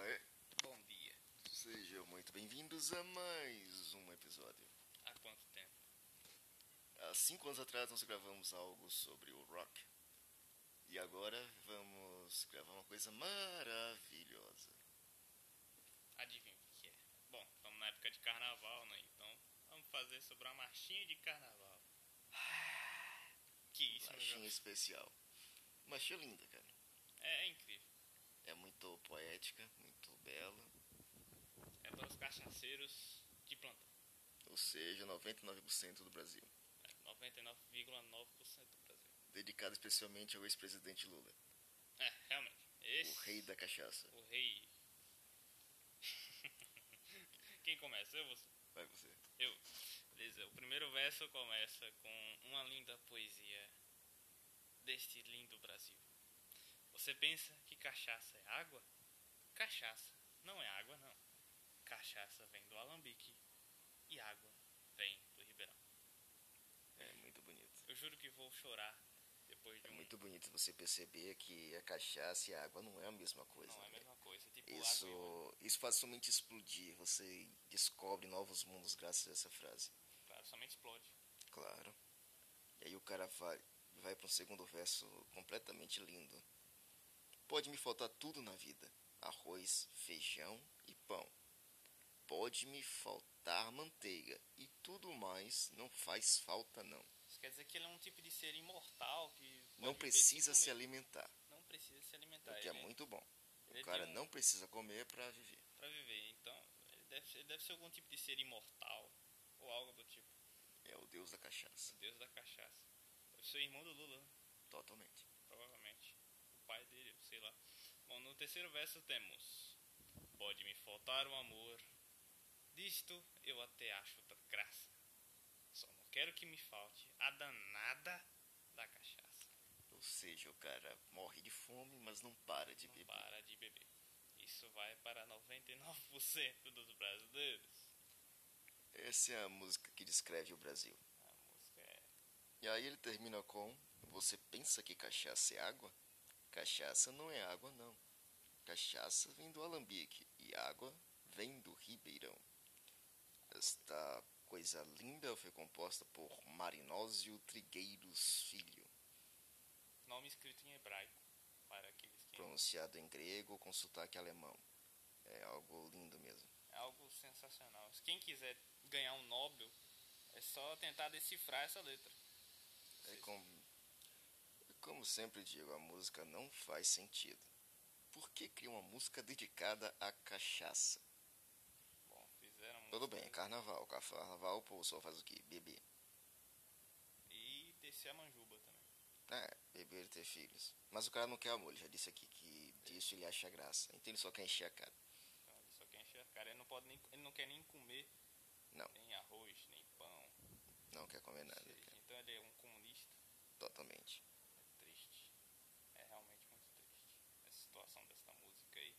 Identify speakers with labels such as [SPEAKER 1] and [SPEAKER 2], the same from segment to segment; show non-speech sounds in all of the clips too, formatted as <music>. [SPEAKER 1] é. muito bem-vindos a mais um episódio.
[SPEAKER 2] Há quanto tempo?
[SPEAKER 1] Há cinco anos atrás nós gravamos algo sobre o rock. E agora vamos gravar uma coisa maravilhosa.
[SPEAKER 2] Adivinha o que que é? Bom, estamos na época de carnaval, né? Então vamos fazer sobre uma marchinha de carnaval. Que isso, é meu
[SPEAKER 1] Machinha
[SPEAKER 2] jovem?
[SPEAKER 1] especial. Machinha linda, cara.
[SPEAKER 2] É, é incrível.
[SPEAKER 1] É muito poética, muito bela.
[SPEAKER 2] É para os cachaceiros de plantão.
[SPEAKER 1] Ou seja, 99% do Brasil.
[SPEAKER 2] É 99,9% do Brasil.
[SPEAKER 1] Dedicada especialmente ao ex-presidente Lula.
[SPEAKER 2] É, realmente. Esse,
[SPEAKER 1] O rei da cachaça.
[SPEAKER 2] O rei. <laughs> Quem começa? Eu ou você?
[SPEAKER 1] Vai você.
[SPEAKER 2] Eu. Beleza, o primeiro verso começa com uma linda poesia deste lindo Brasil. Você pensa que cachaça é água? Cachaça não é água, não. Cachaça vem do alambique e água vem do ribeirão.
[SPEAKER 1] É muito bonito.
[SPEAKER 2] Eu juro que vou chorar depois de
[SPEAKER 1] É
[SPEAKER 2] um...
[SPEAKER 1] muito bonito você perceber que a cachaça e a água não é a mesma coisa.
[SPEAKER 2] Não, é a
[SPEAKER 1] né?
[SPEAKER 2] mesma coisa. Tipo, água e óleo.
[SPEAKER 1] Isso, isso faz somente explodir. Você descobre novos mundos graças a essa frase.
[SPEAKER 2] Claro, tá, somente explode.
[SPEAKER 1] Claro. E aí o cara vai, vai para um segundo verso completamente lindo. Pode me faltar tudo na vida: arroz, feijão e pão. Pode me faltar manteiga e tudo mais não faz falta não.
[SPEAKER 2] Isso quer dizer que ele é um tipo de ser imortal que... pode
[SPEAKER 1] Não
[SPEAKER 2] viver
[SPEAKER 1] precisa
[SPEAKER 2] sem
[SPEAKER 1] se
[SPEAKER 2] comer.
[SPEAKER 1] alimentar,
[SPEAKER 2] Não precisa se alimentar.
[SPEAKER 1] o que é
[SPEAKER 2] ele-
[SPEAKER 1] muito bom.
[SPEAKER 2] ele
[SPEAKER 1] O cara
[SPEAKER 2] tem um-
[SPEAKER 1] não precisa comer para viver.
[SPEAKER 2] Pra viver. Então, ele deve, ser- ele deve ser algum tipo de ser imortal ou algo do tipo.
[SPEAKER 1] É o deus da cachaça,
[SPEAKER 2] O deus da cachaça. Deve ser o irmão do Lula, né?
[SPEAKER 1] totalmente.
[SPEAKER 2] provavelmente. O pai dele, sei lá. Bom, no terceiro verso temos: Pode me faltar o amor, disto eu até acho outra graça. Só não quero que me falte a danada da cachaça.
[SPEAKER 1] Ou seja, o cara morre de fome, mas não para de
[SPEAKER 2] Não
[SPEAKER 1] beber.
[SPEAKER 2] para de beber. Isso vai para 99% dos brasileiros.
[SPEAKER 1] Essa é a música que descreve o Brasil.
[SPEAKER 2] A música é
[SPEAKER 1] E aí ele termina com: Você pensa que cachaça é água? Cachaça não é água, não. Cachaça vem do alambique e água vem do ribeirão. Esta coisa linda foi composta por Marinósio Trigueiros Filho,
[SPEAKER 2] nome escrito em hebraico para aqueles que
[SPEAKER 1] pronunciado em grego com sotaque alemão. É algo lindo mesmo.
[SPEAKER 2] é algo sensacional. Quem quiser ganhar um Nobel é só tentar decifrar essa letra.
[SPEAKER 1] É como, é como sempre digo, a música não faz sentido. Por que criar uma música dedicada à cachaça?
[SPEAKER 2] Bom, fizeram
[SPEAKER 1] Tudo
[SPEAKER 2] música
[SPEAKER 1] bem, é carnaval. Carnaval, o pessoal faz o quê? Beber.
[SPEAKER 2] e descer a manjuba também.
[SPEAKER 1] É, beber e ter filhos. Mas o cara não quer amor, ele já disse aqui que disso ele acha graça. Então ele só quer encher a cara.
[SPEAKER 2] Então, ele só quer encher a cara, ele não pode nem ele não quer nem comer
[SPEAKER 1] Não.
[SPEAKER 2] nem arroz, nem pão.
[SPEAKER 1] Não quer comer nada.
[SPEAKER 2] seja,
[SPEAKER 1] cara.
[SPEAKER 2] Então ele é um comunista,
[SPEAKER 1] Totalmente.
[SPEAKER 2] é triste. É realmente muito triste. Essa situação dessa música aí,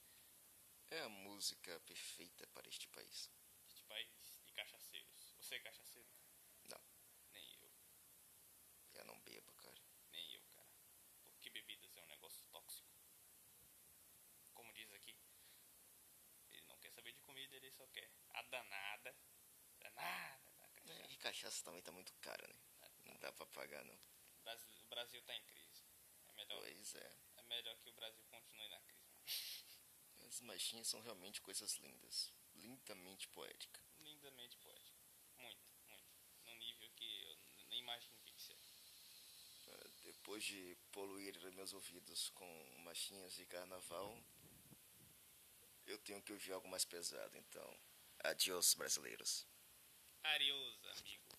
[SPEAKER 1] É a música perfeita para este país.
[SPEAKER 2] este país de cachaceiros. Você é cachaceiro?
[SPEAKER 1] Não.
[SPEAKER 2] Nem eu.
[SPEAKER 1] Eu não bebo, cara.
[SPEAKER 2] Nem eu, cara. Porque bebidas é um negócio tóxico. Como diz aqui, ele não quer saber de comida, ele só quer a danada. Danada da
[SPEAKER 1] É,
[SPEAKER 2] cachaça.
[SPEAKER 1] e cachaça também tá muito cara, né? Não dá pra pagar, não.
[SPEAKER 2] O Brasil, o Brasil tá em crise. É melhor,
[SPEAKER 1] Pois é.
[SPEAKER 2] é melhor que o Brasil continue na crise. mano.
[SPEAKER 1] As machinhas são realmente coisas lindas. Lindamente poética.
[SPEAKER 2] Lindamente poético. Muito, muito. Num nível que eu nem imagino o que, que seja.
[SPEAKER 1] Ah, Depois de poluir meus ouvidos com machinhas de carnaval, eu tenho que ouvir algo mais pesado, então. Adiós, brasileiros.
[SPEAKER 2] Arios, amigo.